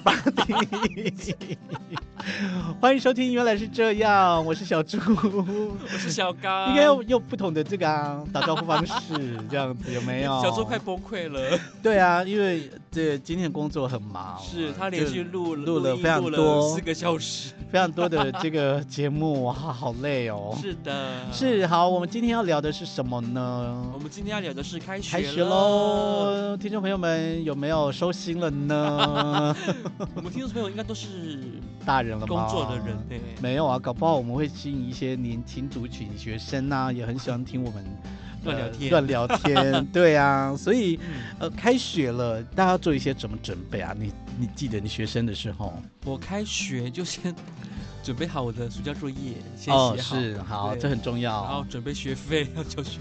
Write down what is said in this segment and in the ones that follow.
巴蒂。 欢迎收听，原来是这样，我是小 猪，我是小刚，应该用用不同的这个啊打招呼方式，这样子有没有？ 小猪快崩溃了，对啊，因为这今天工作很忙，是他连续录录了了非常录了多四个小时，非常多的这个节目，哇，好累 哦。是的，是好，我们今天要聊的是什么呢？我们今天要聊的是开学开学了，喽，听众朋友们有没有收心了 呢？我们听众朋友应该都是大人了吗？工作的 人呢、没有啊，搞不好我们会吸引一些年轻族群学生啊，也很喜欢听我们乱聊天呃乱聊 天，对啊，所以嗯呃，开学了，大家要做一些什么准备啊？你你记得你学生的时候我开学就先准备好我的暑假作业，先写好，哦，是好，对这很重然后要，准备学费，要交学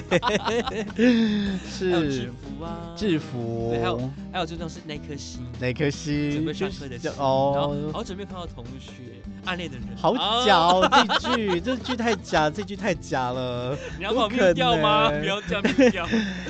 学费还有哦制是服啊，制，服对还有还有最重要是那颗心。哪颗星？准备上就是课的这心，然后哦然。后准备看到同学暗恋的人，好啊假哦，这句这句太假，这句太假了。你要把我不可灭掉吗？能不要这样灭掉。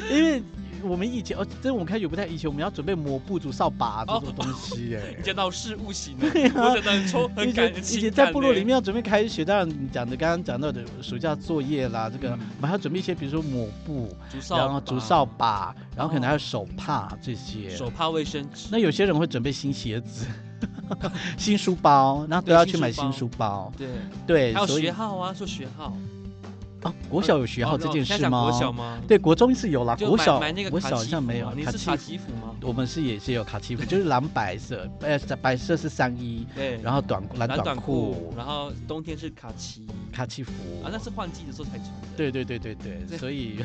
因为我们以前，哦，这我们开学不太，以前我们要准备抹布、竹扫把这种东西耶。你讲到事务型的，啊我真的很抽以很感前很以情前感在嘞部落里面要准备开学，当然你讲的刚刚讲到的暑假作业啦，这个嗯我们还要准备一些，比如说抹布，竹扫把，哦然后竹扫把，然后可能还有手帕这些。手帕、卫生纸。那有些人会准备新鞋 子、新书包，然后都对要新去买书新包书包。对，对，还有所以学号啊，说学号。啊，国小有学号哦这件现在事讲吗？国小吗？对，国中是有啦，就国买小买那个国卡小好其像服没嘛有你卡是其卡服，其服吗？我们是也是有卡其服，就是蓝白色，呃，白色是上衣，对，然后短蓝蓝短裤裤，，然后冬天是卡其，卡其服啊，那是换季的时候才穿的。，对对对对对，对所 以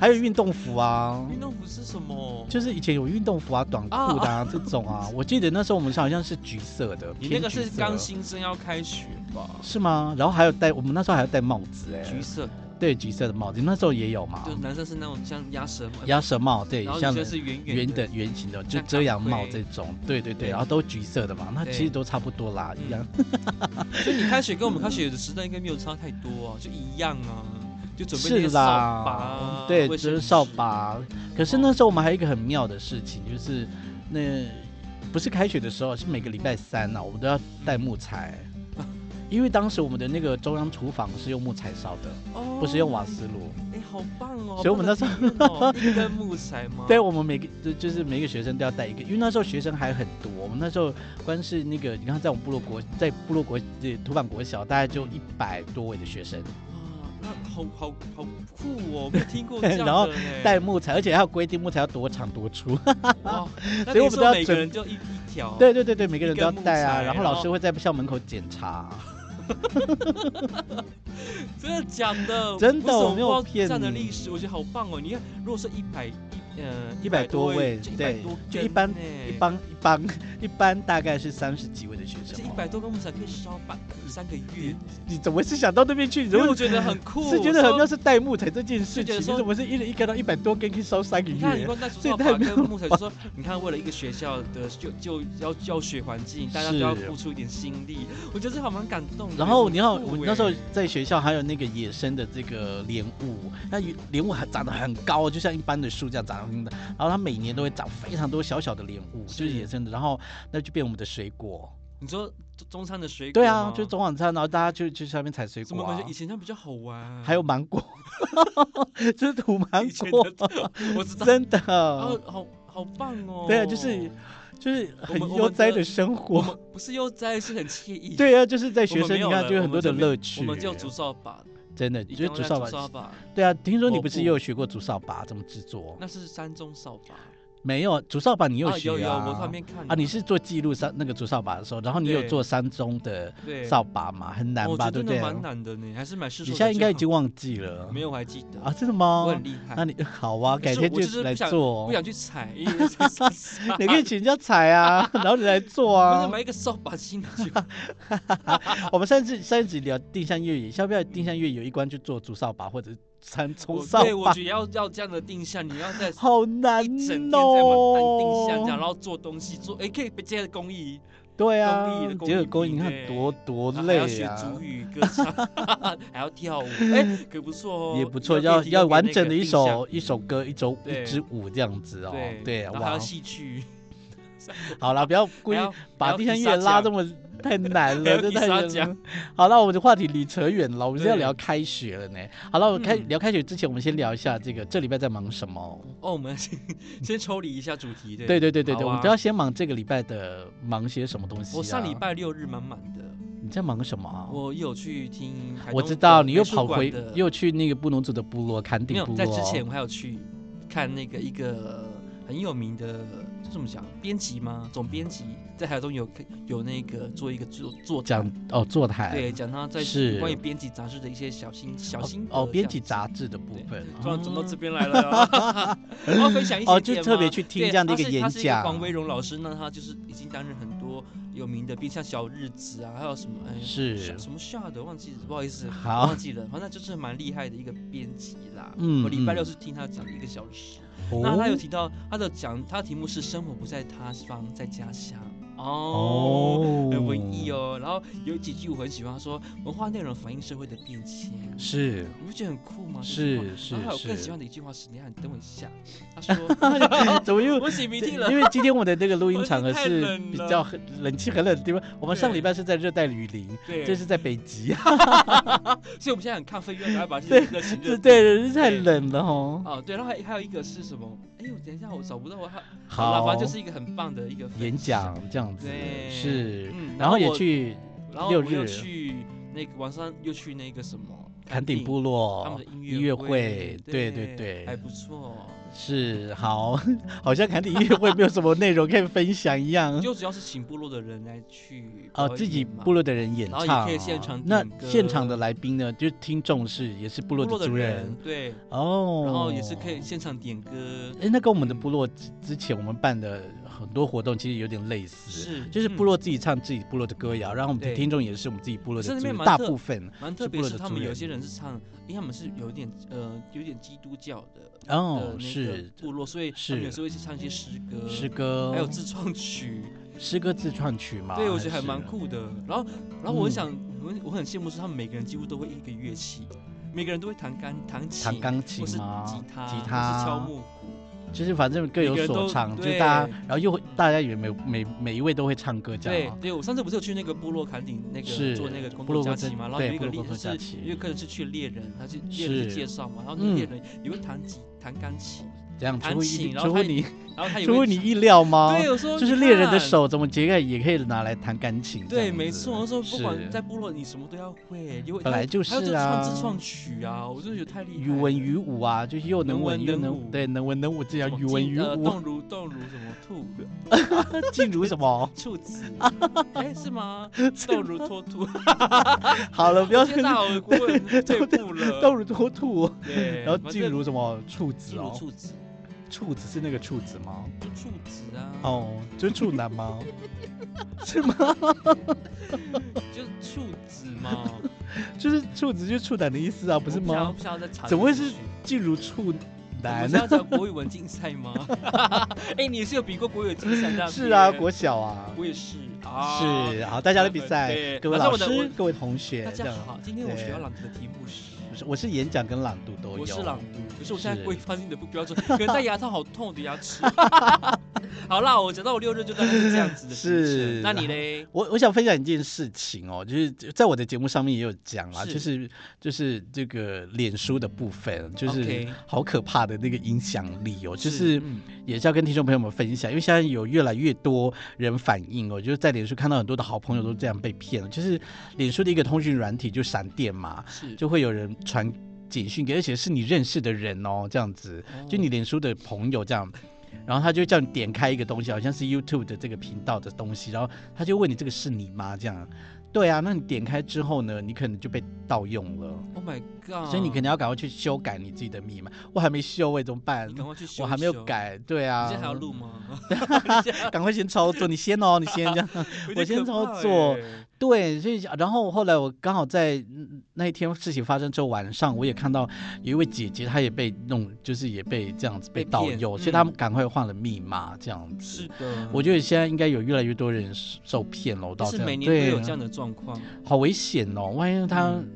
还有运动服啊。运动服是什么？就是以前有运动服啊、短裤的啊这种 啊，我记得那时候我们好像是橘色的，你那个偏是橘色刚新生要开学吧？是吗？然后还有戴，我们那时候还要戴帽子哎，橘色，对橘色的帽子，你那时候也有嘛就？是男生是那种像鸭舌帽，鸭舌帽对然，后像女生是圆圆的的。圆形的，就像遮阳钢盔帽这种，对对对，对然后都橘色的嘛，那对其实都差不多啦，嗯一样。所以你开学跟我们开学有的时代应该没有差太多啊，就一样啊，就准备那是些扫把啦啊，，对，卫只生是纸扫。啊把。可是那时候我们还有一个很妙的事情，就是那不是开学的时候，是每个礼拜三啊呐、我们都要带木 材。因为当时我们的那个中央厨房是用木材烧的，哦不是用瓦斯炉。哎，好棒哦！所以我们那时候哦一根木材吗？ 对，我们每个就就是每个学生都要带一个，因为那时候学生还很多。我们那时候光是那个，你看，在我们部落国，在部落国呃土坂国小，大概就一百多位的学生哇，那好好好酷 哦，没有听过这样然后的嘞。带木材，而且还有规定木材要多长多粗。 哇，所所以以我们我们都要每个准人就一一条。对对对对，每个哦一人都要根木带啊，材然后然老师后会在校门口检查。真的假的？真的为什么我没有不知道骗这样的你历史，我觉得好棒哦！你看，如果说一百一呃一百多位就一百对多，就根一般呢一般一般一般大概是三十几位的学这生一哦。百多根木材可以烧半三个月呢，你怎么是想到那边去？你怎因为么我觉 得很酷，是觉得很我妙说是带木材这件事就情？觉得你说怎么是一人一根到一百多根可以烧三个你看，你月？光在竹这也扫太把妙跟木材，就说你看，为了一个学校的就就要教学环境，大家都要是付出一点心力，我觉得这好蛮感动的。然后很你看，酷我那时候欸在学校还有那个野生的这个莲雾，那莲雾还长得很高，就像一般的树这样长得。然后它每年都会长非常多小小的莲雾，就是是野生的。然后那就变我们的水果。你说中餐的水果对啊吗，就早晚餐，然后大家就去下面采水怎果么啊、感觉以前那比较好玩？ 还有芒果，就是土芒以前果，啊的 我知道，真的，啊，好好棒哦。对啊，就是就是很我们悠哉的生我活。们不是悠哉，是很惬 意。对啊，就是在我学们生，没你有看了就有很多的我们就没乐趣。我们就竹扫把，真的，你就是刚竹刚扫在把。把，对啊，听说你抹不是布也有学过竹扫把怎么制作？那是山中扫把。没有，竹扫把你啊学有有，啊？我旁边看啊，你是做记录三那个竹扫把的时候，然后你有对做山中的对扫把嘛？很难我吧，觉得对真不的对？蛮难的呢，还是买试你手的现在应该已就经忘记了好没有，我还记得，啊？真的吗？我很厉害那。你好啊，改是天我就是来不想做哦不。想去踩，因为在山上 你可以请人家踩啊，然后你来做我就啊。买一个扫把进 去。我们上次上一集聊定向越野，要不要定向越野有一关去做竹扫把或者三冲我扫对，我把？觉得要要这样的定向，你要在好难一整天在玩单定向这样，哦。然后做东西做，哎，可以接着工艺，对啊公益的，公益结果公益你比看对多多然后还要累学啊。主语歌唱， 还要跳舞，哎，可不错哦，也不错，你要要可以提供要给完那整个的一定向，首一首歌，一首一对支舞这样子哦。对对，然后还哇要，戏剧，好了，不要故还意要把还地要心比引力沙拉奖这么太难还了， 要这比太沙难了奖。好，那我们的话题离扯远了，我们是要对聊开学了呢。好了，我开、嗯聊开学之前，我们先聊一下这个这礼拜在忙什么。哦，我们先 先抽离一下主题，对对对对对对，好我啊们都要先忙这个礼拜的忙些什么东西、啊。我上礼拜六日满满的，你在忙什么啊？我有去听台我东知道的你美又术跑馆回的又去那个布农族的部落坎没顶有部落。哦在之前，我还有去看那个一个很有名的，这怎么讲？编辑吗？总编辑在台中有有那个做一个做做讲哦座谈对讲他在是关于编辑杂志的一些小心小心得哦，这编样辑子杂志的部分，突然转到哦这边来了啊，我要分享一些哦就点特别嘛去听对这样的一他个是他演是讲黄威荣老师，那他就是已经担任很多有名的，比如像小日子啊，还有什么哎是什什么下的忘记了，不好意思，好忘记了，反正就是蛮厉害的一个编辑啦。嗯我礼拜嗯六是听他讲一个小时，那他有哦提到他的讲，他的题目是生活不在他方，在家乡哦。哦很文艺，哦，然后有几句我很喜欢，他说文化内容反映社会的变迁，是你不觉得很酷吗？这句话是是然后还有更喜是欢，的一句话是，你看，你等我 一下，他说怎么又我擤鼻涕因了，为今天我的那个录音我已经场合太是冷比了较很冷气很冷的地方，我们上礼对拜是在热带雨林， 对，这是在北极，啊所以我们现在很亢奋，因为赶快把这些热情这热对，太对冷了哦。哦，对，然后还还有一个是什么？哎呦，等一下，我找不到我，啦好，反正就是一个很棒的一个分演享，讲这样子对，是嗯，然后也我，去然后六我又日去那个晚上又去那个什么坎顶部他们落的，音音乐会会，对对对对还不错，是好， 好像坎顶音乐会没有什么内容可以分享一样。就主要是请部落的人来去嗯哦，表自己演嘛部落的人演然后唱也哦，可以现场那点现场的歌来宾呢，就是听众是也是部落部落的的族人，对，哦，然后也是可以现场点歌，哎，那跟我们的部落之之前我们办的很多活动其实有点类似，是嗯就是部落自己唱自己部落的歌谣，然后我们的对听众也是我们自己部落的可是那族边人，蛮大特部分蛮是特部别落是的他族们有人嗯些人是唱，因为他们是有点呃有点基督教的哦的那个是部落，所以他是们有时候会去唱一些诗歌，诗歌，还有自创曲，诗歌自创曲嘛，对我觉得还是蛮。酷的。然后然后我嗯很想，我很我很羡慕是他们每个人几乎都会一个乐器，每个人都会弹钢弹琴，弹钢或琴是吗？吉他，吉或他是敲木鼓。就是反正各每有个人所都长，就对大家，然后又会嗯大家也每每每一位都会唱歌这对样啊。对，我上次不是有去那个部落坎顶那是个做那个工部落作工假作期嘛，然后对有一部个落猎工作假是期有一个人是去猎人，他去猎人是去介绍嘛，然后那个猎嗯人也会弹吉弹钢琴，这样出弹乎琴意然出后乎他你然后他也出乎会你唱意料吗？对，有时候就是猎人的。手怎么结盖也可以拿来弹钢琴这样对，子。没错。我说不管是在部落，你什么都要会，因为本来就还有是就啊唱自创曲啊，我就觉得太厉害了。语文于武啊，就是又能能文文又能能武对能文能武，这叫什么语文静于呃武。动如动如什么兔呃 进如什 么？兔子，哎是吗？动如脱兔，好了，不要 天哪，我国文退步了。动如脱兔，对，然后反进正如什么处子静如哦？兔子，处子是那个处子吗？就处子啊，哦，就是处男 吗？是吗？就是处子嘛，就是处子就是处男的意思 啊，不是我想要吗？不想要再查这个资怎讯？么会是进如处我们男啊是？要讲国语文竞赛 吗？哎，你是有比过国语文竞赛的？是啊，国小啊，我也是啊。是好，大家来比赛，对各位老师老我的我师、各位同学大，这家样。好，今天我学对要朗读的题目是，不是我是演讲跟朗读都有。我是朗读，可是我现在是规发音的不标准，可能戴牙套好痛我的牙 齿。好啦，我讲到我六日就大概是这样子的行程是那你嘞？我我想分享一件事情哦，就是在我的节目上面也有讲啦，是就是就是这个脸书的部分，就是 OK 好可怕的那个影响力哦，就是嗯也是要跟听众朋友们分享，因为现在有越来越多人反映哦，就是在脸书看到很多的好朋友都这样被骗了，就是脸书的一个通讯软体就闪电嘛，是就会有人传简讯给，而且是你认识的人哦，这样子，就你脸书的朋友这样，然后他就叫你点开一个东西，好像是 YouTube 的这个频道的东西，然后他就问你这个是你吗？这样，对啊，那你点开之后呢，你可能就被盗用了， Oh my God！所以你肯定要赶快去修改你自己的密码。我还没修哎、怎么办你？赶快去修，我还没有。改，对啊，你现在还要 录吗？赶快先操作，你先哦，你先这样。我先操作欸对，所以然后后来我刚好在嗯那一天事情发生之后晚上，我也看到有一位姐姐，她也被弄，就是也被这样子被被盗骗用，所以他嗯们赶快换了密码这样子。是的，我觉得现在应该有越来越多人受骗了，我就到是这样每年对啊都有这样的状况，好危险哦！万一他嗯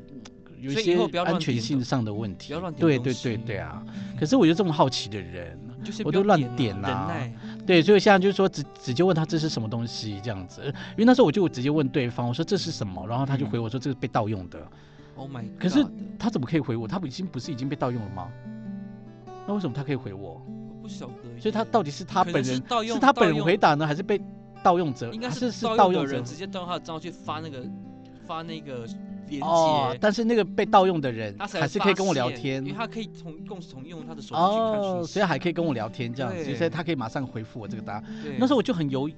有一所以些以后不要乱安全点性东上的问题，不要乱点对东对西对对啊！可是我就这么好奇的人，你就先我不都要乱点点啊啊，忍耐。对，所以现在就是说直直接问他这是什么东西这样子，因为那时候我就直接问对方，我说这是什么，然后他嗯就回我说这是被盗用的， Oh my god！可是他怎么可以回我？他不已经不是已经被盗用了吗？那为什么他可以回我？我不晓得耶，欸所以他到底是他可本能人是盗用是他本人盗用回答呢，还是被盗用者？应该还是是盗用用的人者直接盗用他的账号去发那个发那个链哦接，，但是那个被盗用的人他才还是可以跟我聊发现天因为他可以同共同用他的手机去看讯哦，息啊所以还可以跟我聊天这样子，对所以他可以马上回复我这个答案。对那时候我就很犹，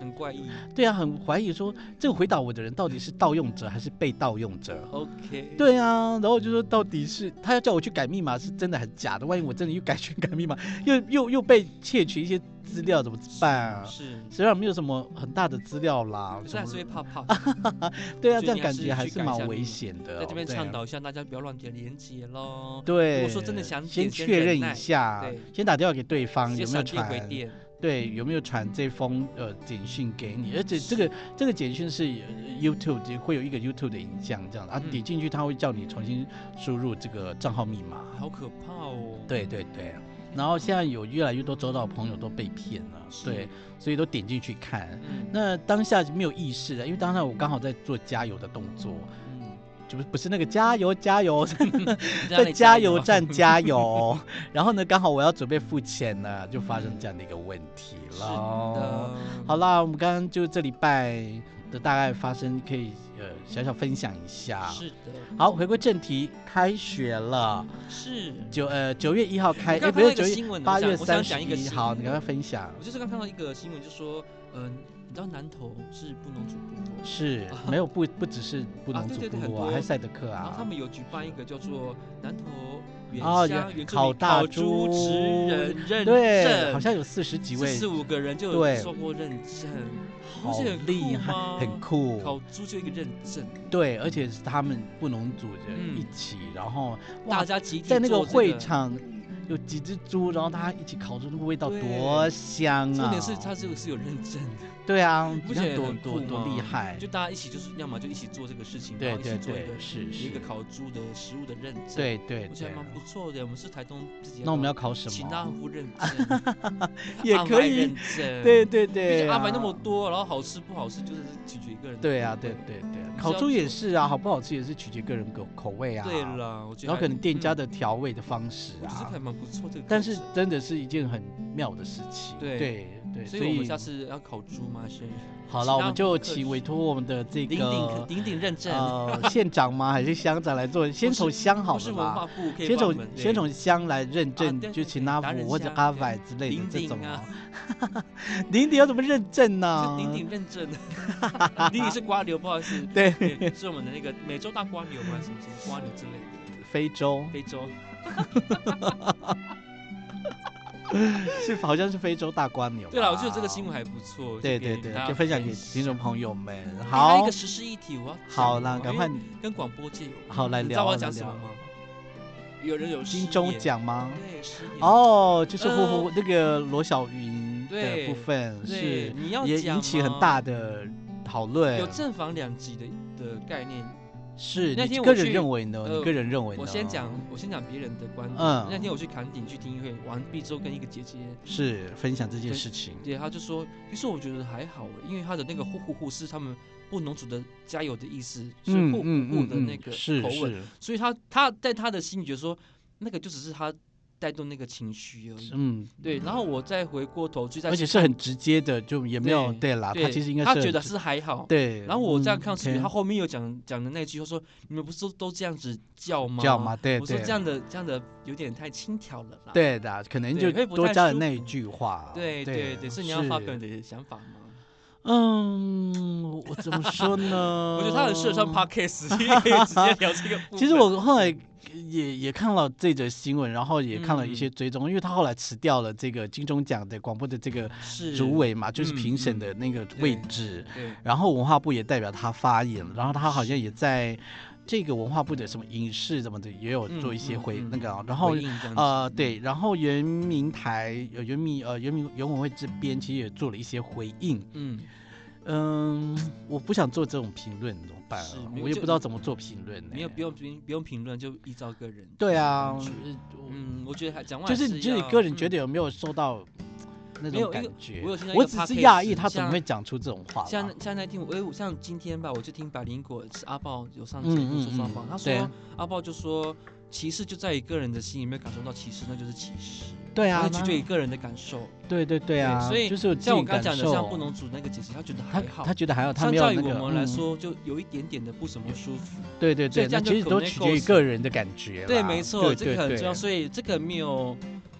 很怪异。对啊，很怀疑说这个回答我的人到底是盗用者还是被盗用者。 OK，，对啊，然后我就说到底是他要叫我去改密码是真的还是假的？万一我真的又改去改密码，又又又被窃取一些资料怎么办啊？是，实际上没有什么很大的资料啦可，是什还是会么 怕怕。对啊，所以这样你还感是觉还去是改一下蛮密危码险的哦。在这边对倡导一下，大家不要乱点连接喽。对，如果说真的想点先先确忍认耐一下对，先打电话给对方直接有没有闪电传回，电，对，有没有传这封呃简讯给你？而且这嗯个这个简讯是呃 YouTube 会有一个 YouTube 的影像这样啊嗯，点进去它会叫你重新输入这个账号密码。好可怕哦。，对对对，啊然后现在有越来越多周到的朋友都被骗了，对，，所以都点进去看。嗯那当下没有意识的，因为当下我刚好在做加油的动作，嗯，就是不是那个加油加油， 在在 加油站加油，然后呢，刚好我要准备付钱了，就发生这样的一个问题 是的，了。好啦，我们刚刚就这礼拜的大概发生，可以呃小小分享一下。是的，好，回归正题，开学了，是。九呃九月一号开，我刚哎刚不看到是一个九新月闻我八想月我想三讲十一个一新好，闻你赶快分享。我就是刚看到一个新闻，就说，嗯、你知道南投是不能主部落， 是，没有不不只是布啊农对族对对部很落啊，多还有赛德克然后啊他，们有举办一个叫做南投原哦乡原原住烤民大烤猪猪职人认对，证，好像有四十几位四，五个人就有对受过认证，不好是很酷厉害吗，很酷，烤猪就一个认证，对，而且是他们布农族人嗯一起，然后哇大家集体在那个做这会场有几只猪，然后大家一起烤出那个味道对多香啊！重点是它这个是有认证 的，对啊，不你觉看得多很多酷多厉吗害，就大家一起就是要么就一起做这个事情，然对后一起对做一个对，是一是个，烤猪的食物的认证，，对对我觉对啊得还。蛮不错的。我们是台东自己，那我们要烤什请大么？户认证， 也阿可白以认，证，对。对毕对竟啊，阿白那么多，然后好吃不好吃就是取决一个人的口味。对啊，对对对，你烤知道猪也说是啊，好不好吃也是取决个人口口味啊。嗯对，了，我觉得然后还可能店家嗯的调味的方式我觉得啊还，蛮不错这个。但是真的是一件很妙的事情。对对对，所以我们下次要烤猪吗？生日好其了，我他们就顾客请委托我们的这顶顶个顶顶认证， 呃县长吗？还是乡长来做？先是从乡好或是了文吧化，部可以先帮我从们啊先从乡来认证对，就对请对阿达人福或者乡阿对百之类的顶这顶种啊哦。 零点要怎么认证呢 是？顶顶认 证，顶顶是瓜牛，不好意思，对对，是我们的那个美洲大瓜牛吗？什么什么瓜牛之类的，非洲非洲是好像是非洲大瓜牛吧。对了，我觉得这个新闻还不错，对对对，就分享给听众友。朋友们。嗯还有一好个，时事议题，我要讲好了啦，赶快因为跟广播界有关，好来你知道聊我要啊，来讲什么聊。吗？有人有失金钟言，奖吗？对，失言，哦，就是呼呼呃那个罗小云的对部分对，是你要也讲引起很吗大的讨论有。正反两极的的概念。是那你天个我人去认为呢？呃你个人认为呢？我先讲，我先讲别人的观点。嗯那天我去坎顶去听音乐会，完毕之后跟一个姐姐，是分享这件对事情。对，她就说，其实我觉得还好，欸因为她的那个“呼呼呼”是他们布农族的加油的意思，是“嗯呼嗯呼呼”嗯的嗯，那个是口吻，是所以她她在她的心里觉得说，那个就只是她带动那个情绪而是已。嗯，对，然后我再回过头去再而去且是看很直接的，就也没有对对啦。对，他其实应该她是觉很得直是还好。对。然后我再看嗯视频， ，OK 她后面又讲讲的那句，她说你们不是都都这样子叫吗？叫嘛，对我说对这样的这样的有点太轻佻了啦。对的，可能就对会不多太加了舒那一服句话。啊对对对，所以你要发表你的想法吗？嗯，我怎么说呢？ 我觉得他很适 合上 podcast，因为 可以直接聊这个部哦分。其实我后来也也看了这则新闻，然后也看了一些追嗯踪，因为他后来辞掉了这个金钟奖的广播的这个是主，委嘛，就是嗯评审嗯嗯的那个位对置，对，然后文化部也代表他发言，然后他好像也在这个文化部的什么影视什么的也有嗯做一些嗯回嗯那个啊，然后回应这样子呃，对，然后原民台呃原民呃原民原委会这边其实也做了一些回应，嗯，嗯，我不想做这种评论，怎么办啊是没？有我也就不知道怎么做评论呢。没有不用评不用评论，就依照个人。对啊，感觉呃嗯，我觉得还讲话就还是是你自己要个人觉嗯得有没有受到那没有种感因为觉。我有听到一我个只是 podcast，讶异他怎么像会讲出这种话吧。像那像那天我，哎、我像今天吧，我就听百灵果是阿豹有上节嗯目嗯说双方，嗯他对说阿豹就说歧视就在于个人的心里面感受到歧视，那就是歧视，对那啊，取决于个人的感受。对对对啊，所以就是有自像我己刚刚感讲的，受。像布农族那个解释，他觉得他还好，他觉得还好，他相没有较于那我个。们来嗯，说，就有一点点的不怎么舒服。对对所以对，这那样就其实都 connect 取决于 goals 个人的感觉啦。对，没错，对这个很对重要。所以这个没有，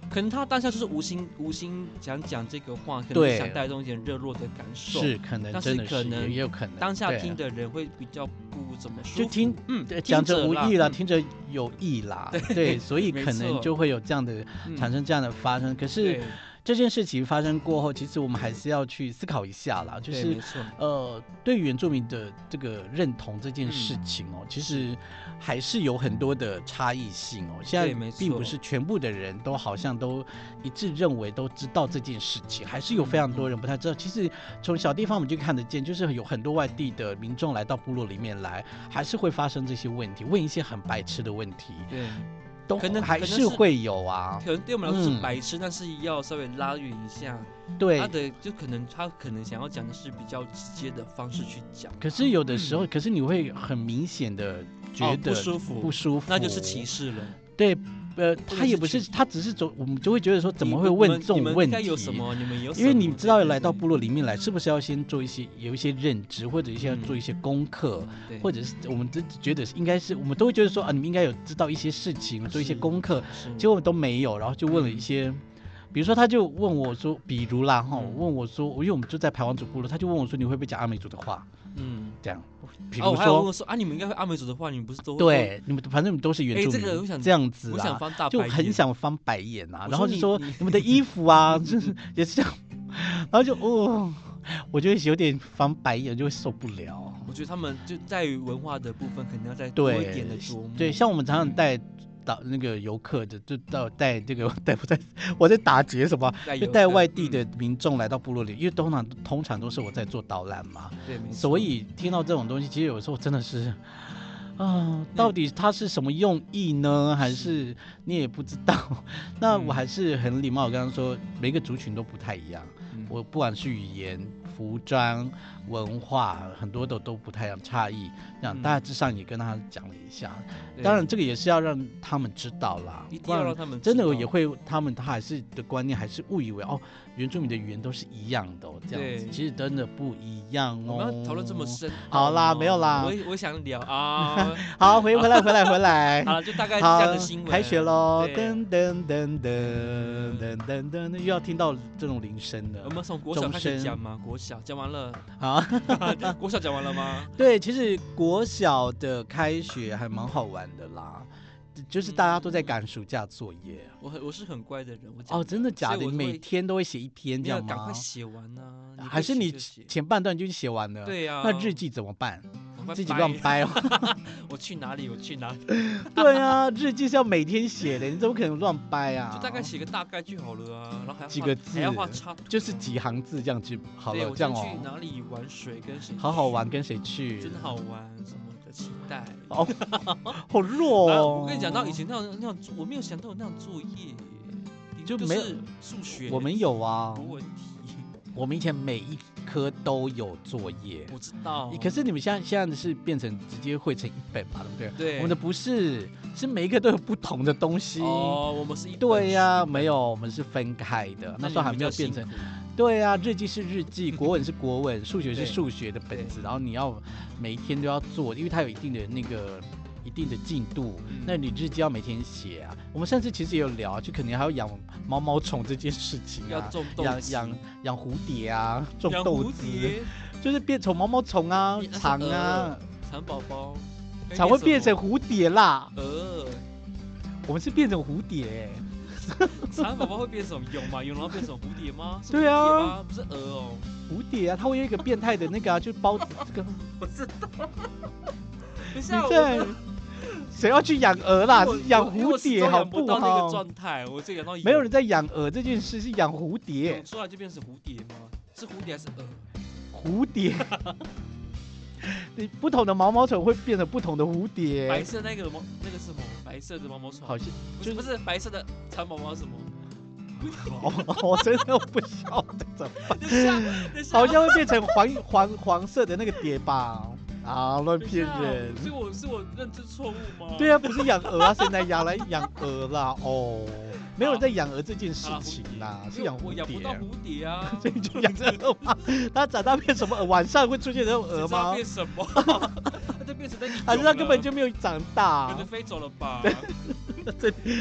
可能他当下就是无心无心讲讲这个话，可能是对想带动一点热络的感受。是可能但是真的可是也能也有可能当下对啊听的人会比较不怎么舒服。就听嗯，对听讲着者无啦意啦，嗯听着有意 啦，对，所以没可能错就会有这样的嗯产生这样的发生。可是对这件事情发生过后，其实我们还是要去思考一下啦，就对是没错，呃，对原住民的这个认同这件事情嗯哦，其实还是有很多的差异性哦。现没在错并不是全部的人都好像都一致认为都知道这件事情，还是有非常多人不太知道。其实从小地方我们就看得见，就是有很多外地的民众来到部落里面来，还是会发生这些问题，问一些很白痴的问题，对，都可能还可能是是会有啊。可能对我们来说是嗯白痴，但是要稍微拉远一下，对他，的就可能他可能想要讲的是比较直接的方式去讲，可是有的时候，可是你会很明显的觉嗯哦得不舒服，不舒服，那就是歧视了。对，嗯呃，者他也是不是，群他只是走，我们就会觉得说，怎么你会你问们这种你们问应该题？有什么？你们有什因为么你知道对来到对部落里面来，是不是要先做一些有一些认知，或者一些要做一些功课，嗯对或者是我们自己觉得是应该是，我们都会觉得说啊，你们应该有知道一些事情，做一些是功课，是结果都没有，然后就问了一嗯些，比如说他就问我说，比如啦哈，嗯问我说，因为我们就在排湾族部落，他就问我说，你会不会讲阿美族的话？嗯，这样，比哦，如我还有说，问说啊，你们应该会阿美族的话，你们不是都会，对，你们反正你们都是原哎住这民，个我想这样子我啦想。翻大就白很眼想翻白眼啊，我然说后就你说你你们的衣服啊， 就是也是这样，然后就哦，我就有点翻白眼，就会受不了。我觉得他们就在于文化的部分，可能要再多一对点的琢磨。对，像我们常常嗯带导那个游客的，就到带这个带 不带我在打劫什么，带就有带的外地哎嗯的民众来到部落里，因为通常通常都是我在做导览嘛，对，没所错以听到这种东西，其实有时候真的是，啊，那到底它是什么用意呢？还是你也不知道？ 那我嗯还是很礼貌，我刚刚说每个族群都不太一样，嗯我不管是语言、服装、文化，很多的都不太一样差异。那嗯大致上也跟他讲了一下，对当然这个也是要让他们知道啦，一定不要然让他们真知的道也会，他们他还是的观念还是误以为哦，原住民的语言都是一样的、哦，这样子对其实真的不一样哦。我们要讨论这么深奥吗，好啦没有啦我也我想 聊啊，好，回回来回来回来。好了，就大概是这样的新闻。开学喽！对噔噔噔噔噔噔噔，又要听到这种铃声我了。们从国小钟开始声讲嘛，国小讲完了， 好，国小讲完了吗？ 对，其实国小的开学还蛮好玩的啦，就是大家都在赶暑假作业。我很我是很乖的人，我讲哦，真的假所以的？我你每会天都会写一篇你这要样赶快吗？写完呐，还是你你可以写就写前半段就写完了？。对呀，啊那日记怎么办？赶快自己掰乱掰 哦。 我去哪里？我去哪里？对啊，日记是要每天写的，你怎么可能乱掰啊？就大概写个大概就好了啊，然后还要几画个还要画字插图就是啊几行字这样去好对了，我这样先去哦，哪里玩水跟谁？好好玩，，跟谁去？真好玩什么的，期待。哦好弱 啊哦！我跟你讲，到以前那种那种作，我没有想到有那种作业，就是没有数学，我们有啊，国文题，我们以前每一科都有作业，我知道。可是你们现在现在的是变成直接汇成一本嘛，对不对？对我们的不是，是每一个都有不同的东西。哦，我们是一对本呀、没有，我们是分开的书，，那时候还你没们有比较变辛成。苦对呀、日记是日 记，国文是国文，数学是对数学的本子，然后你要每一天都要做，因为它有一定的那个一定的进度，嗯那你日记要每天写啊。我们上次其实也有聊啊，就肯定还要养毛毛虫这件事情要啊，种豆养子养养蝴蝶啊，种养豆蝴子，蝶就是变成毛毛虫啊你那，是呃蚕啊，蚕宝宝，还蚕会变呃什成么蝴蝶啦。呃，我们是变成蝴蝶欸、蚕宝宝会变什么蛹吗？蛹然后变成蝴蝶 吗？是对啊蝴蝶吗，不是鹅哦。蝴蝶啊，它会有一个变态的那个啊，就是包这个。我知道。等一你下，我在谁要去养鹅啦？因为我是养因为蝴我始蝶终好养不到那个好？状态，我这养到没有人在养鹅这件事，是养蝴蛹蝶。出来就变成蝴蝶吗？是蝴蝶还是鹅？蝴 蝶，你不同的毛毛虫会变成不同的蝴白蝶，色那个毛，那个是什么？白色的毛毛虫？好像不就是是不是白色的蚕宝宝是什么？好吧，我哦真的不晓得怎么办， 等一下好像会变成黄黄黄色的那个蝶吧？啊，乱等一骗下人！是我是我认知错误吗？对啊，不是养鹅啊，谁来养来养鹅啦？哦，没有人在养鹅这件事好啦，情蝴蝶啦，是因为养我蝴养不到蝶。蝴 蝶啊，所以就养这鹅嘛，它长大变什么鹅？晚上会出现这种鹅 谁知道吗？变什么？它就变成在你 还是它根本 就就没有长大可能？飞走了吧？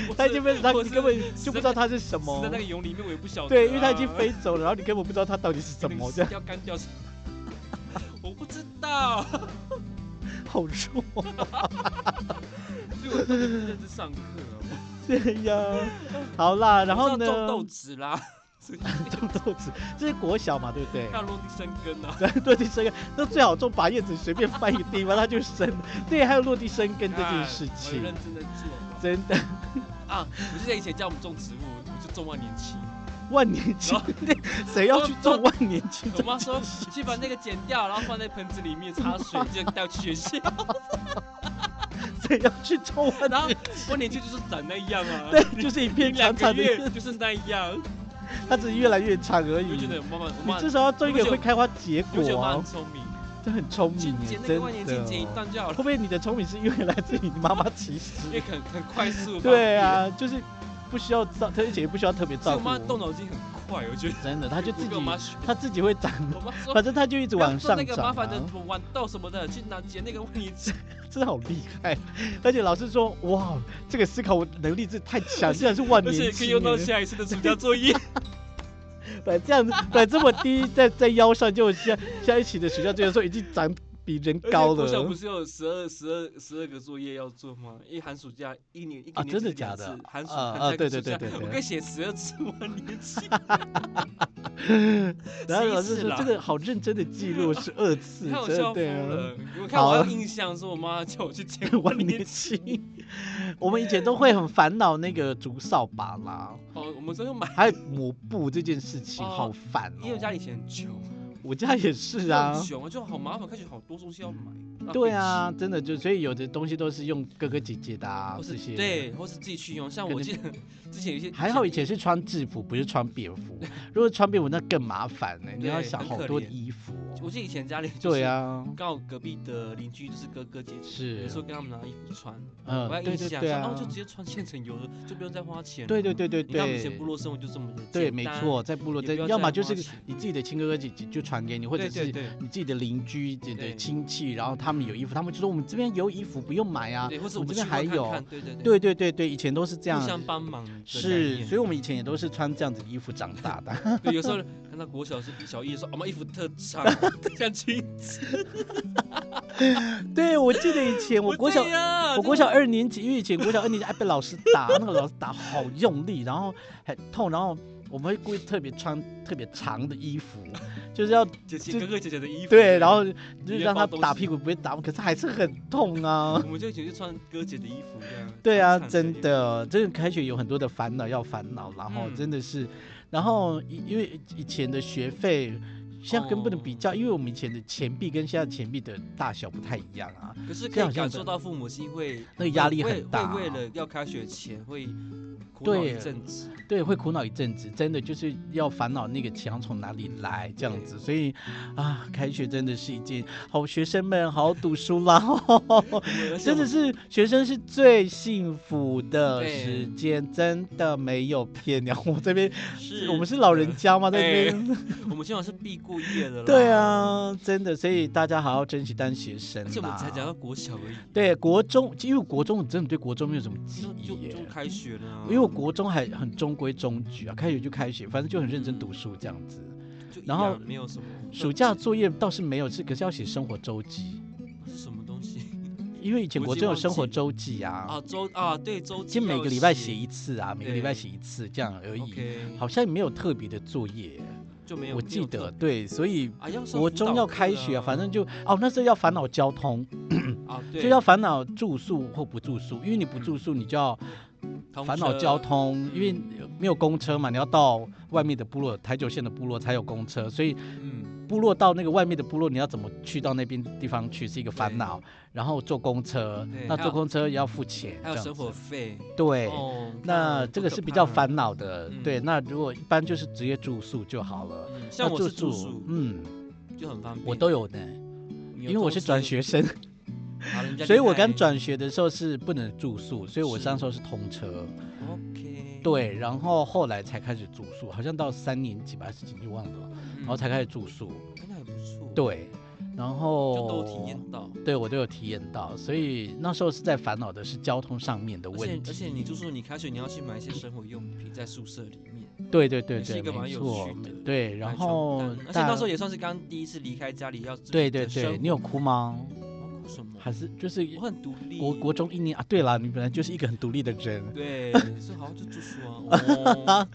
我它已是经被它我你是根本就不知道它是什死在么那。个蛹里面，我也不晓得啊。对，因为它已经飞走了，然后你根本不知道它到底是什 么，这样要干掉是？ 我不知道，好啊弱。所以我都没认真上课哦。对呀， 好 啦，啊然后我知呢？道种豆子啦，所以种豆子，这是国小嘛，对不对？要落地生根啊。对，落地生根，那最好种把叶子随便翻一个地方，它就生。对，还有落地生根这件事哎我有情认，真的做真的啊！我记得以前叫我们种植物，我就种万年 青。万年青， 谁要去种万年青？我妈说去把那个剪掉，然后放在盆子里面插水，就带去学校。 谁要去种 万然后年？万年青就是长那样啊，对，就是一片两长个长 的，月就是那样。啊它只是越来越长而我就觉已。得我妈妈，我你妈，至少要种一个会开花结我觉得果我妈很啊！聪明。这很聪去明耶剪，那个万年真青剪一的。段就好会了，不会你的聪明是因为来自于你妈妈其因为 实？很很快速。对，啊，就是不需要照，而且也不需要特别所以照我妈动顾。脑筋很快，我觉得。真的，她就自我己跟我妈学，它自己 会长，我妈说反正它就一直不要往做上那个麻长、烦的啊什。么豌豆什么的，去拿剪那个万年青。真的好厉害，而且老师说，哇，这个思考能力真的太 强，竟然是万而且年可以青用到耶。下一次的暑假作业。本来这样子，本来这么低，在在腰上，就下下一期的暑假作业的时候已经长比人高我想不了。是有十二、十二、十二个作业要做吗？一寒暑假一年一个啊年级真的是假两的次寒暑啊寒啊假对对跟暑对假对对啊我可以写十二次万 年青。然后是一老师次说啦，这个好认真的记录十二 次，看我真的校服对啊。了，我看我还有印象说我妈叫 我去捡万万年年青青。，我们以前都会很烦恼那个竹扫把啦，哦，我们真的买，还有抹布这件事情，哦好烦哦。因为家里以前很穷，我家也是啊很，穷啊，就好麻烦，开始好多东西要买。浪费对啊，真的就所以有的东西都是用哥哥姐姐的啊，钱，或这些是。，对，或是自己去用。像可我能记得之前有一些还好以前是穿制服，不是穿便 服。如果穿便服那更麻烦呢、你要对想很好可多怜衣服哦、我记得以前家里就是对，啊，刚好隔壁的邻居就是哥哥姐姐，有是时，候跟他们拿衣服穿。嗯我还，对印对象，对然后啊就，直接穿现成油的，就不用再花钱。对对，对对你看我们以前对部，落生活就这么的对，简没单，错，在部落也在不，要要再么就花是钱你自己的亲哥哥姐姐就传给你，或者对是对对你自己的邻居、对对对亲戚，然后他们有衣服，他们就说我们这边有衣服不用买啊。对，或者我我们这边们去还看有看，对对对对对对，以前都是这样互，相帮忙的概念。是，所以我们以前也都是穿这样子的衣服长大 的。对，有时候看到国小是小一的时候，啊我们衣服特长，像裙对，我记得以前 我国小对呀我国小啊真的二年级，因为以前国小二年级爱被老师打，那个老师打好用力，然后很痛，然后我们会故意特别穿特别长的衣服，就是 要姐姐就哥哥姐姐的衣服，对，然后就要让他包东打西屁股不会打我，可是还是很痛啊。我们就以前就穿哥姐的衣服一样。对啊，长长真的，真的开学有很多的烦恼要烦恼，然后嗯真的是，然后因因为以前的学费。现在跟不能比较，因为我们以前的钱币跟现在钱币的大小不太一样啊，可是这可好以像感真受到父母亲会那个压力会很大、啊会为了要开学前会苦恼对啊一阵 子。对，会苦恼一阵子，真的就是要烦恼那个钱从哪里来这样子，所以啊，开学真的是一件好学生们好好读书啦，对而且真的我是学生是最幸福的对时间，真的没有骗你，我这边是啊哎我们是老人家吗？在这边。 我们今晚是必过夜的啦。对，啊，真的，所以大家好好珍惜当学生而且我们才讲啦。到国小而已，对，国中，因为国中我真的对国中没有什么记就就忆耶就，开学了啊。因为我国中还很中规中矩啊，开学就开学，反正就很认真读书这样子。就一然后样没有什么暑假作业倒是没有，是可是要写生活周记，是什么东西因为以前我已国经中有忘生活记了周记啊，啊？周啊，对周就记每要个礼拜写一次啊，每个礼拜对写一次这样而已， ，OK，好像没有特别的作业，就没有我没记有特得对，所以。啊，要上国辅中导要课开学，啊反正就哦，那时候要烦恼交通，啊，对，就要烦恼住宿或不住宿，因为你不住宿，你就要同烦恼嗯车交通，嗯因为没有公车嘛，你要到外面的部落台九线的部落才有公车，所以嗯，部落到那个外面的部落，你要怎么去到那边地方去是一个烦恼。然后坐公车对，那还坐有公车也要付钱，还有这样生子活费。对。哦，那看这个多是可比较怕。烦恼的，嗯对。那如果一般就是直接住宿就好了。嗯像那我住是住宿，嗯，就很方便。我都有呢，你有因为我是住宿转，学生，好人家所以厉我害刚。转学的时候是不能住宿，所以我是那时候是通车， OK，，对，然后后来才开始住宿，好像到三年级吧，还是几年级忘了，然然后才开始住宿，嗯那也不错。，对，然就后都有体验到。对我都有体验到，所以那时候是在烦恼的是交通上面的而问且题。而且你就说你开学你要去买一些生活用品在宿舍里面，对对对也是对，一个蛮没有错趣的，对，然买床后单而且大那时候也算是刚第一次离开家里要自己对对的生对，活你有哭吗？我哭什么？还是就是我很独立。国国中一年啊？对啦，你本来就是一个很独立的人。对，所以好像就住宿啊。 哦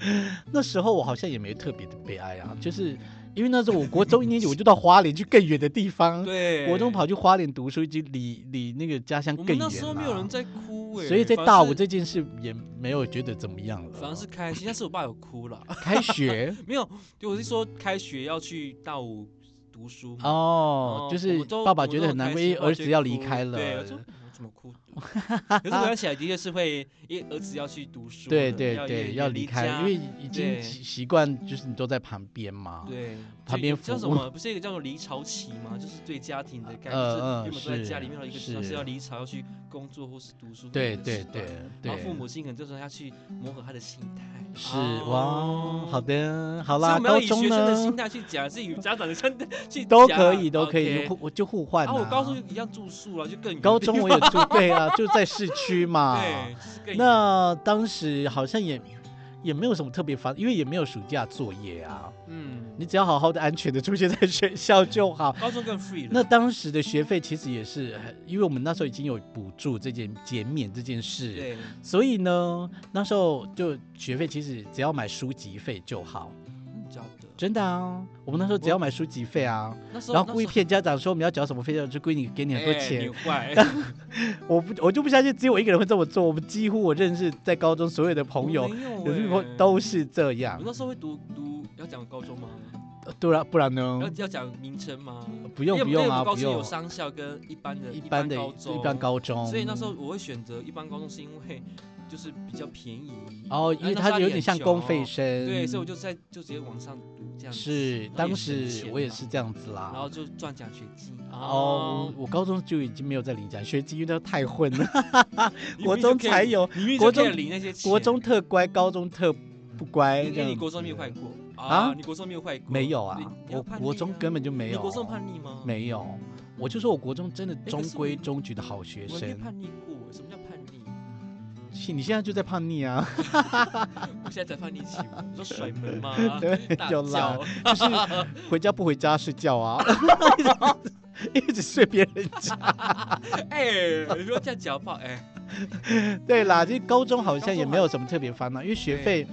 那时候我好像也没特别的悲哀啊，就是因为那时候我国中一年级我就到花莲去更远的地方，对，国中跑去花莲读书，已经离离那个家乡我更们远了、那时候没有人在哭哎，所以在反而大是五这件事也没有觉得怎么样了。反而是开心，但是我爸有哭了。开学 没有，就我是说开学要去大五读书嘛。哦，哦就我是们都爸爸我们觉都得很难开过，心因为爸爸儿觉子得要离哭开了。对，我说我怎么哭？ 可是我想起来的确是会，因为儿子要去读书了，对对要对，也要也离离开，家因为已经对习习惯，就是你都在旁边嘛。对旁就边叫服什务么？不是一个叫做离巢期吗？就是对家庭的概念，呃就是原本都呃在家里是面，然后一个知道是是要离巢，要去工作或是读书。对对对。然对后父母亲可能这时候要去磨合他的心态。是哇哦，好。的，好所以啦，我们要高以中学生的心呢态去讲，是以家长的心态去都讲可以，都可以， ，OK 互我就互换啊，我啊高中一样住宿了，就更远 高的中地我方也 住，对啊，就在市区嘛。对，就是更远啊那当时好像也也没有什么特别烦，因为也没有暑假作业啊，嗯，你只要好好的、安全的出现在学校就 好。高中更 free 了。那当时的学费其实也是很，因为我们那时候已经有补助这件减免这件事，对，所以呢，那时候就学费其实只要买书籍费就好，你晓得。真的啊，我们那时候只要买书籍费啊，那时候哎然后故意骗家长说我们要缴什么费用，就故意给你很多钱，你坏。我不我就不相信只有我一个人会这么做，我们几乎我认识在高中所有的 朋友，有有些欸朋友都。是这样我，那时候会读读，要讲高中吗？对啊，不然呢要？要讲名称吗？不用因为不用啊，因为我们高不中有用，商校跟一般的一般的高中，一般。高中，所以那时候我会选择一般高中，是因为就是比较便宜。哦，因为然后那时候它家里有点很像穷公费生，对，所以我就在就直接往上读这样子。是然后当也省时钱我也嘛是这样子然后啦。就赚奖学金。哦，我我高中就已经没有在领奖学金，因为那太混了。 你国明明就中可以才有，你明明国就可以中领那些钱国中特乖，高中特不乖。因哎这为样你国中子没有坏过啊啊？你国中没有坏过？没有啊你，你要我叛逆国中根本就啊没有。你国中叛逆吗？，没有，我就说我国中真的可中是规我中矩的好学我没生。叛逆过。什么叫叛逆？是你现在就在叛 逆啊，？我现在才叛逆期吗？你说甩门吗对啊大有啦就叫，是回家不回家睡觉啊， 一直睡别人家。 哎，你不要这样讲吧，哎，对啦，就高中好像高中也没有什么特别烦恼，因为学费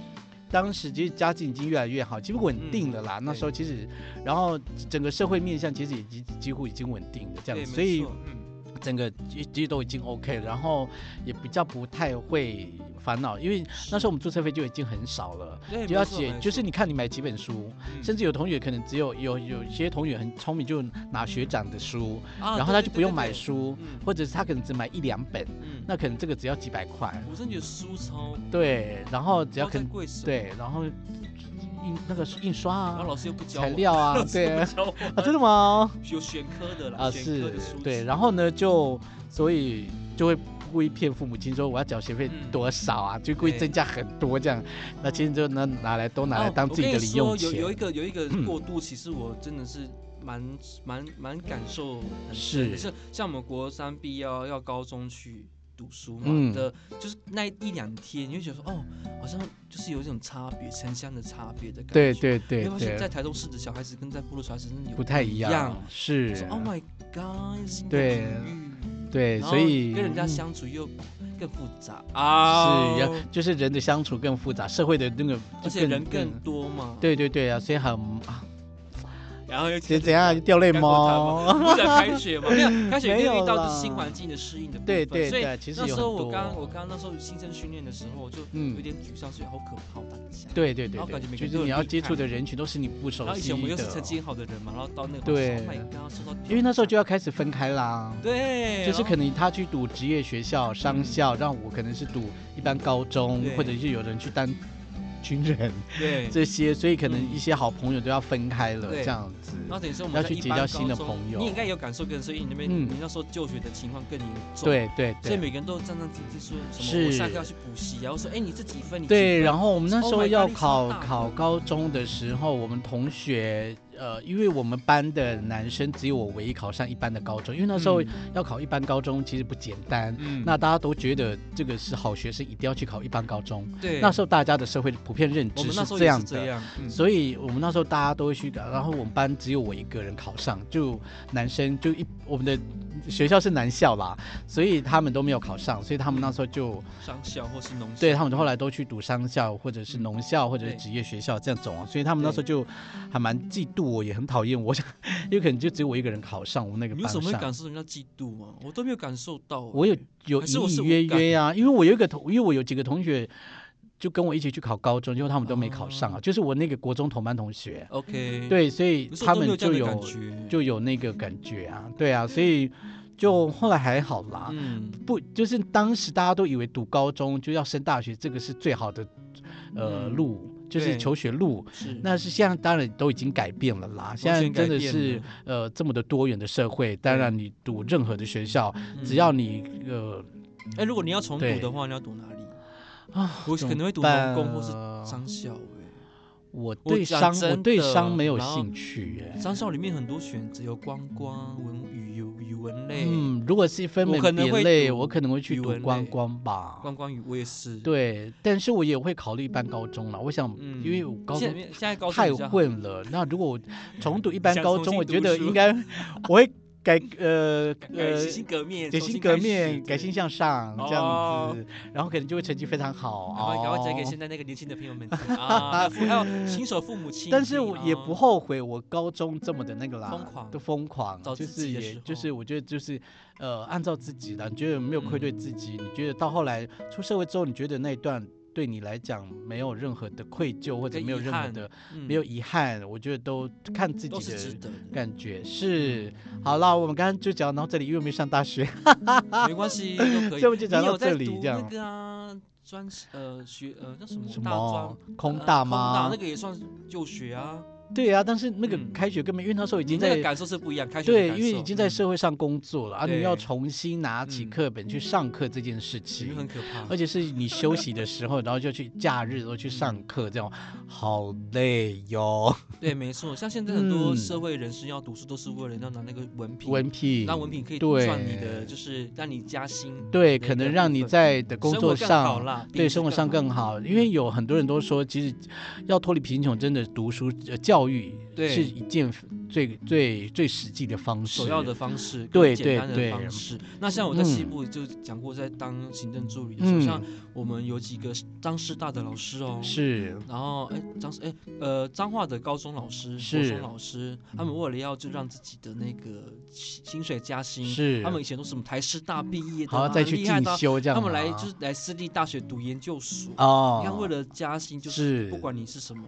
当时其实家境已经越来越好，其实稳定了啦。嗯那时候其实，然后整个社会面向其实已经几乎已经稳定了这样对，子，没所以错嗯，整个其其实都已经 OK，了然后也比较不太会烦恼，因为那时候我们注册费就已经很少了。对，就要没错嗯写，就是，你看你买几本书，没错甚至有同学可能只有有有些同学很聪明，就拿学长的书，嗯啊然后对他对就对不用对买对书，嗯或者是他可能只买一两本，嗯，那可能这个只要几百块。我真的觉得书超对，然后只要哦超在肯贵手，，对，然后印那个印刷然后啊、老师又不教材我料 啊，对对 啊，教我真的吗？有选科的啦，啊选科是的书，对，然后呢就所以就会故意骗父母亲说我要缴学费嗯多少啊，就故意对增加很多这样，那其实就拿拿来都拿来哦当我自己的跟你零用说有有钱，一个有一个嗯过渡，其实我真的是蛮蛮蛮感受很深是是像我们国三毕业要要高中去读书嘛、嗯的，就是那一两天，你会觉得说哦，好像就是有一种差别，城乡的差别的感觉。对对你对会发现在对，啊台中市的小孩子跟在部落小孩子真的有不太一样样，是说 Oh my God，是一个对啊领域对，然后所以跟人家嗯相处又更复杂是啊，要就是人的相处更复杂，社会的那个就而且人更更多嘛， 对对对啊，所以很啊，然后又怎怎样掉泪干过他猫？吗？不是开学嘛，没有开学没一定有遇到啦就是新环境的适应的部分。对对所以对，其实那有时很候我多。刚我刚那时候新生训练的时候，就嗯有点沮丧，所以好可怕，我当下。 对对对然后对感觉，每个就人是都你很要厉接触害的人群都是你不熟然后以悉前我们又是成的，绩好的人嘛，然后到那个对，Oh my god，受到因为那时候就要要开始分开啦。对，就是然后可能他去读职业学校、商校，让我可能是读一般高中，对或者是有人去当军人对，这些，所以可能嗯一些好朋友都要分开了对这样子。然后等于说我要们在去一结般交新高的中朋友你应该有感受更深，所以你那边嗯你那时候就学的情况更严重，，对对所对以每个人都战战兢兢，说什是么我下课要去补习啊，然后说哎你这几分，你对，后然后我们那 Oh 时候 my 要 God，你考超大的考高中的时候，我们同学呃，因为我们班的男生只有我唯一考上一般的高中，因为那时候要考一般高中其实不简单。嗯那大家都觉得这个是好学生，一定要去考一般高中。对那时候大家的社会普遍认我知们那时候这也样是的这。样，嗯所以我们那时候大家都会去，然后我们班只有我一个人考上，就男生就一我们的学校是男校啦，所以他们都没有考上，所以他们那时候就商校或是农校对他们后来都去读商校或者是农校或者是职业学校这样种啊，所以他们那时候就还蛮嫉妒我，也很讨厌我，想因为可能就只有我一个人考上我们那个你班为什么会上。感受人家嫉妒啊？我都没有感受到欸、我有有还是我隐是隐无约感约 啊，因为我有一个同，因为我有几个同学就跟我一起去考高中，结果他们都没考上哦啊，就是我那个国中同班同学， OK，，对，所以可是我他都没们有这就样的有感觉，就有那个感觉啊，对啊，所以就后来还好啦。嗯，不，就是当时大家都以为读高中就要升大学，这个是最好的，呃，嗯路就是对求学路。是啊那是现在当然都已经改变了啦，现在全真改的变是了呃这么的多元的社会，当对然你读任何的学校，嗯只要你呃哎、如果你要重读对的话，你要读哪里？啊，我怎可么能会读农工办或是啊商校、欸我我对讲商我真对的商没有然后兴趣耶哎，。商校里面很多选择，有观光、文语、有语文类、嗯，如果是分我门可能别会类，读我可能会去语读文观类光吧。观光语，我也是。，对，但是我也会考虑一般高中了。我想，嗯因为我高现中在现在高中太比较好混了。那如果我重 读一般想高重中，新我读觉得书应该 我会改呃 改呃洗心革面，改重心新革开始面，改心。向上这样哦子，然后可能就会成绩非常好对赶快赶快讲给哦。现在那个年轻的朋友们 听啊！还有新手父母亲，但是我也不啊后悔我高中这么的那个啦，疯狂都疯狂，找就自是己的也时就是候我觉得就是呃按照自己的，你觉得没有愧对嗯自己，你觉得到后来出社会之后，你觉得那一段对你来讲没有任何的愧疚或者跟没有遗任何憾的嗯没有遗憾，我觉得都看自都己是值嗯的得 的。感觉是。好啦，我们刚刚就讲到这里，因为没上大学，没 关系，都所可以。以我们就讲你有到这在里读这样那。个啊，专呃学呃叫什么什大专么？空呃大空吗大那？个也算就学啊，对啊，但是那个嗯开学根本，因为那时候已你经那个在感受是不一样，开学的对，感因为已受经在嗯社会上工作了，而啊你要对重新拿起嗯课本去上课这件事因为情很，可怕，而且是你休息的时候，然后就去假日都去上课，这样好累哟。对，没错，像现在很多嗯社会人士要读书都是为了要拿那个文凭，文凭让文凭可以对赚你的，就是让你加薪，对，的可一能个让部你分在的工生作活更好上啦，对品质生活上更好，因为有很多人都说，其实要脱离贫穷，真的读书、呃、教育对是一件最最最实际的方式。首要的方式，更对对简单对的方式。那像我在西嗯部就讲过，在当行政助理的时候，嗯像我们有几个张师大的老师哦，是，然后哎张师哎呃彰化的高中老师、国是中老师，他们为了要就让自己的那个薪薪水加薪，是他们以前都是什么台师大毕业的啊，好再去厉害进的啊，修这样他吗。们来就是来私立大学读研究所。哦，你看，为了加薪，就是是不管你是什么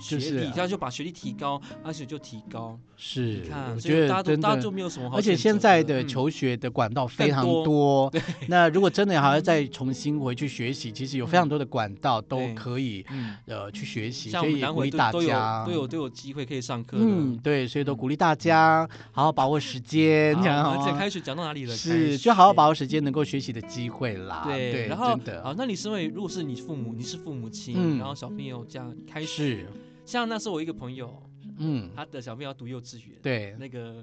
学就历，是啊他就把学历提高，而且就提高。是你，看，我所以觉得大家都真大家就的。没有什么好而且选择现在的嗯求学的管道非更常多 多，那如果真的还要再重新回去学习，其实有非常多的管道都对可以嗯，呃去学习，像所我以们也南鼓回励都大都家有都有都有机会可以上课的。嗯，对，所以都鼓励大家好好把握时间，这样嗯好，而且哦开学讲到哪里了？是开就好好学把握时间，能够学习的机会啦。对，对，然后真的好，那你身为如果是你父母，你是父母亲，嗯然后小朋友这样开始，是，像那时候我一个朋友，嗯，他的小朋友要读幼稚园，对，那个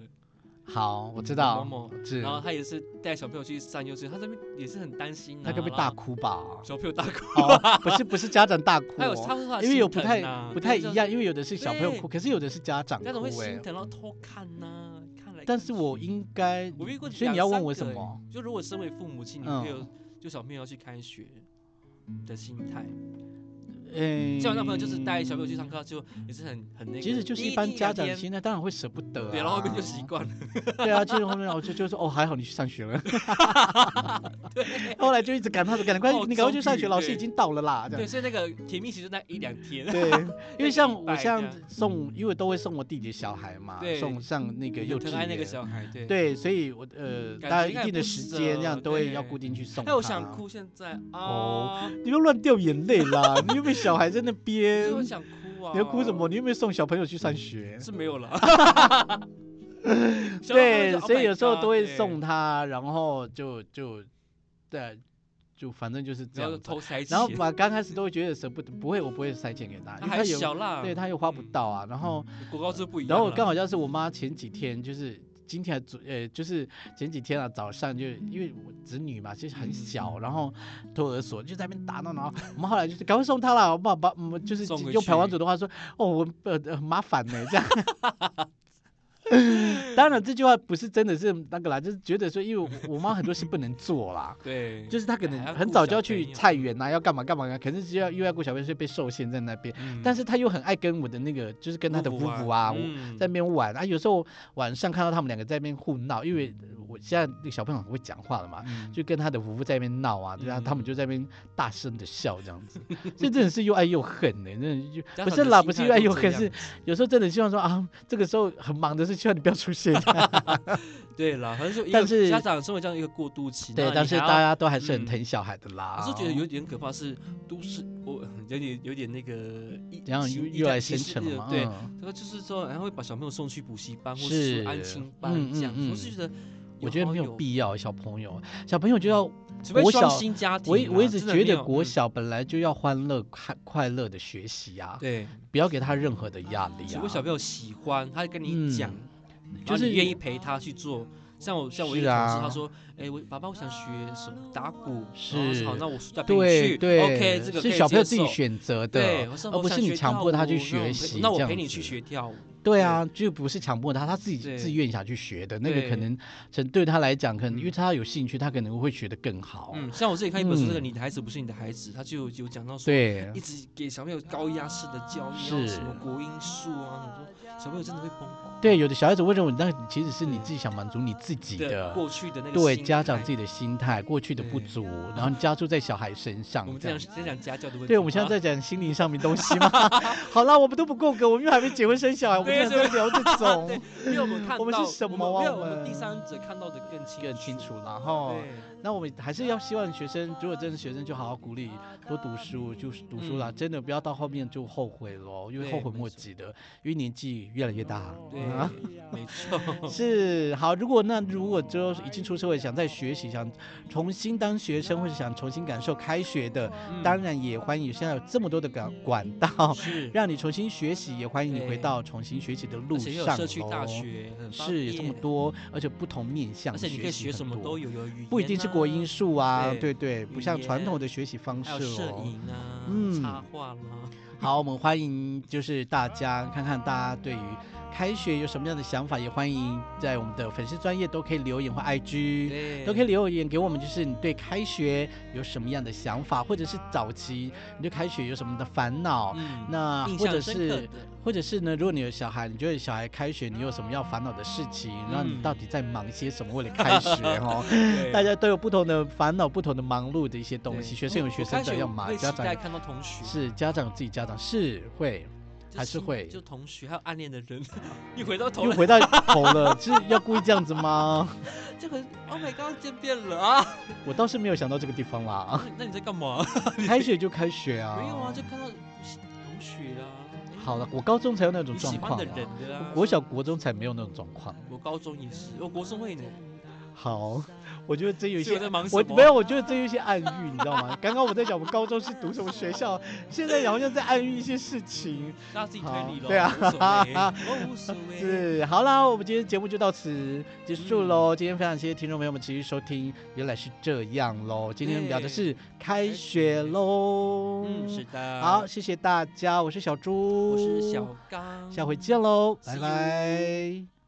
好，我知某道，某某，是然后他也是带小朋友去上幼稚园，他这边也是很担心、啊，他会不会然大后哭吧？小朋友大哭，哦，不是不是家长大哭还有哦，他说他因为心有不疼太啊不太就是一样，因为有的是小朋友哭，对可是有的是家长家长会哭哎心。疼，然后偷看呐、看来但看是我去应该，我遇过所以两你要问三我什个欸么？就如果身为父母亲，你嗯会有就小朋友要去开学的心态，哎，像我那朋友就是带小朋友去上课，就也是很很那个。其实就是一般家长心现在当然会舍不得、啊，对，然后后面 就习惯了。 对啊，其实后面我就就说哦，还好你去上学了。 对，后来就一直赶他说，赶快哦你赶快去上终学，于老师对已经到了啦。这对，样所以那个甜蜜期就那一两天。对，因为像 我这样嗯像送，因为都会送我弟弟小孩嘛对，送上那个幼稚很爱那个园。小孩，对。对，所以我呃，感大家情一还定的不时舍间这样都会对要固定去送。哎，我想，哭，现在啊，你又乱掉眼泪 啦！你又被小孩在那可边是，我想哭啊。你要哭什么？？你又没有送小朋友去上学。是没有 了。小朋对友，就所以有时候 Oh my God，都会对送他，然后就就对，就反正就是这然后样子。偷塞钱，然后把刚开始都会觉得舍不得，不会，我不会塞钱给他，因他为还他有，小嗯啦，对他又花不到啊。然后，国高中不一样然啦。后我刚好像是我妈前几天就是。今天还昨呃，就是前几天啊，早上就因为我侄女嘛，其实嗯很小，然后托儿所就在那边打闹，然后我们后来就是赶快送她了，我爸爸，嗯就是送回用台湾去组的话说，哦，我呃呃很麻烦呢、 这样。当然这句话不是真的是那个啦，就是觉得说，因为我我妈很多事不能做 啦，对，就是他可还要能顾很早就要去小朋友菜园呐、啊要干嘛干嘛干嘛，可是就要又要顾小朋友，所以被受限在那边。嗯但是他又很爱跟我的那个，就是跟他的姑姑啊，我嗯在那边玩啊。有时候晚上看到他们两个在那边互闹，因为我现在那个小朋友很会讲话了嘛，嗯啊就跟他的姑姑在那边闹啊，对啊，嗯他们就在那边大声的笑这样子，所以真的是又爱又恨呢、真的就家不长是的啦，心不是态又爱都又这恨，样是有时候真的希望说啊，这个时候很忙的是希望你不要出现，对啦，反正就一个但是家长身为这样一个过渡期，对那，你但是还大要家都还是很嗯疼小孩的啦。我是觉得有点可怕，是都市，我有点有点那个一这样一越一越代来歧深视沉了的嘛，对，嗯这个就是说，然后会把小朋友送去补习班或者是是安亲班嗯嗯这样子，嗯我是觉得。我觉得没有有好，必要，小朋友，小朋友就要，除非国双小薪家庭我一啦。我一直真的觉没得有国嗯小本来就要欢乐、快快乐的学习啊，对，不要给他任何的压力除啊非。小朋友喜欢，他跟你讲，嗯就就是是愿意陪他去做。像我像我一个是同啊事，他说：“哎，我爸爸，我想学什么打鼓。”是然后我说好，那我暑假陪你对去。对 OK，这个可是以小朋友接自己受。选择对，的，我说而我不想是你学强跳迫他舞去那我学陪习。那我这陪样你去子学跳舞。对啊，就不是强迫他，他自己对自愿想去学的，那个可对能，可能对他来讲，可能因为嗯他有兴趣，他可能会学得更好。嗯，像我之前看一本书，那个哦嗯你的孩子不是你的孩子，他就有讲到说，对，一直给小朋友高压式的教育，然后是什么国音数啊，什么说小朋友真的会崩溃对，有的小孩子会认为，那其实是你自己想满足你自己的的，过去的那个对心家长态自己的心态、过去的不对足，然后你加注在小孩身上我们这这样样。这讲家教的问题吗。啊对，我们现在在讲心灵上面东西嘛。 好啦，我们都不够格，我们又还没结婚生小孩，我们对竟然在聊这 对种，，因为我们看到我们是什么啊我们没有我我们们第三者看到的更清更清楚。然对后，，那我们还是要希望学生，如果真是学生，就好好鼓励，多读书，就是读书啦，真的不要到后面就后悔咯，因为嗯对后悔没莫错及的，因为年纪越来越大。对啊。没错，是好，如果那如果就已经出社会，想再学习，想重新当学生，或者想重新感受开学的，嗯当然也欢迎。现在有这么多的管管道，是，让你重新学习，也欢迎你回对到重新学习的路而且又有上社区大咯学，很方是有这么便，多，而且不同面向，而且你可以学什么都有，有，有语不一定言是啊国音，数啊，对对对，不像语传统言的学习方还有式摄哦。影啊，嗯插画啊啦，好，我们欢迎就是大家看看大家对于开学有什么样的想法，也欢迎在我们的粉丝专业都可以留言或 IG。对，都可以留言给我们，就是你对开学有什么样的想法，或者是早期你对开学有什么的烦恼，嗯哦那印或者象深刻是的或者是呢，如果你有小孩，你觉得小孩开学你有什么要烦恼的事情，然后你嗯到底在忙些什么？为了开学哦，大家都有不同的烦恼，不同的忙碌的一些东西，学生有学生的要忙，家家长长有看到同学是家长有自己家长是会。就还是新会就同学还有暗恋的人， 一回到头又了，回 到头了，是要故意这样子吗？这个 Oh my God 见面了啊！我倒是没有想到这个地方 啦。那你在干嘛？开学就开学啊，没有啊，就看到同学啊。哎好了。我高中才有那种你状喜况欢啊的，人的啊，国小国中才没有那种状况。我高中也是，我国中会呢。好，我觉得真有一所以些我在忙什我么？没有，我觉得这有一些暗喻，你知道吗？刚刚我在讲我们高中是读什么学校，现在好像在暗喻一些事情。大家自己推理好咯。对啊无所谓， 我无所谓。是，好啦，我们今天节目就到此结束喽。今天非常谢谢听众朋友们持续收听，原来是这样喽。今天聊的是开学喽。嗯，是的。好，，谢谢大家，我是小猪，我是小刚，下回见喽，拜 See you 拜。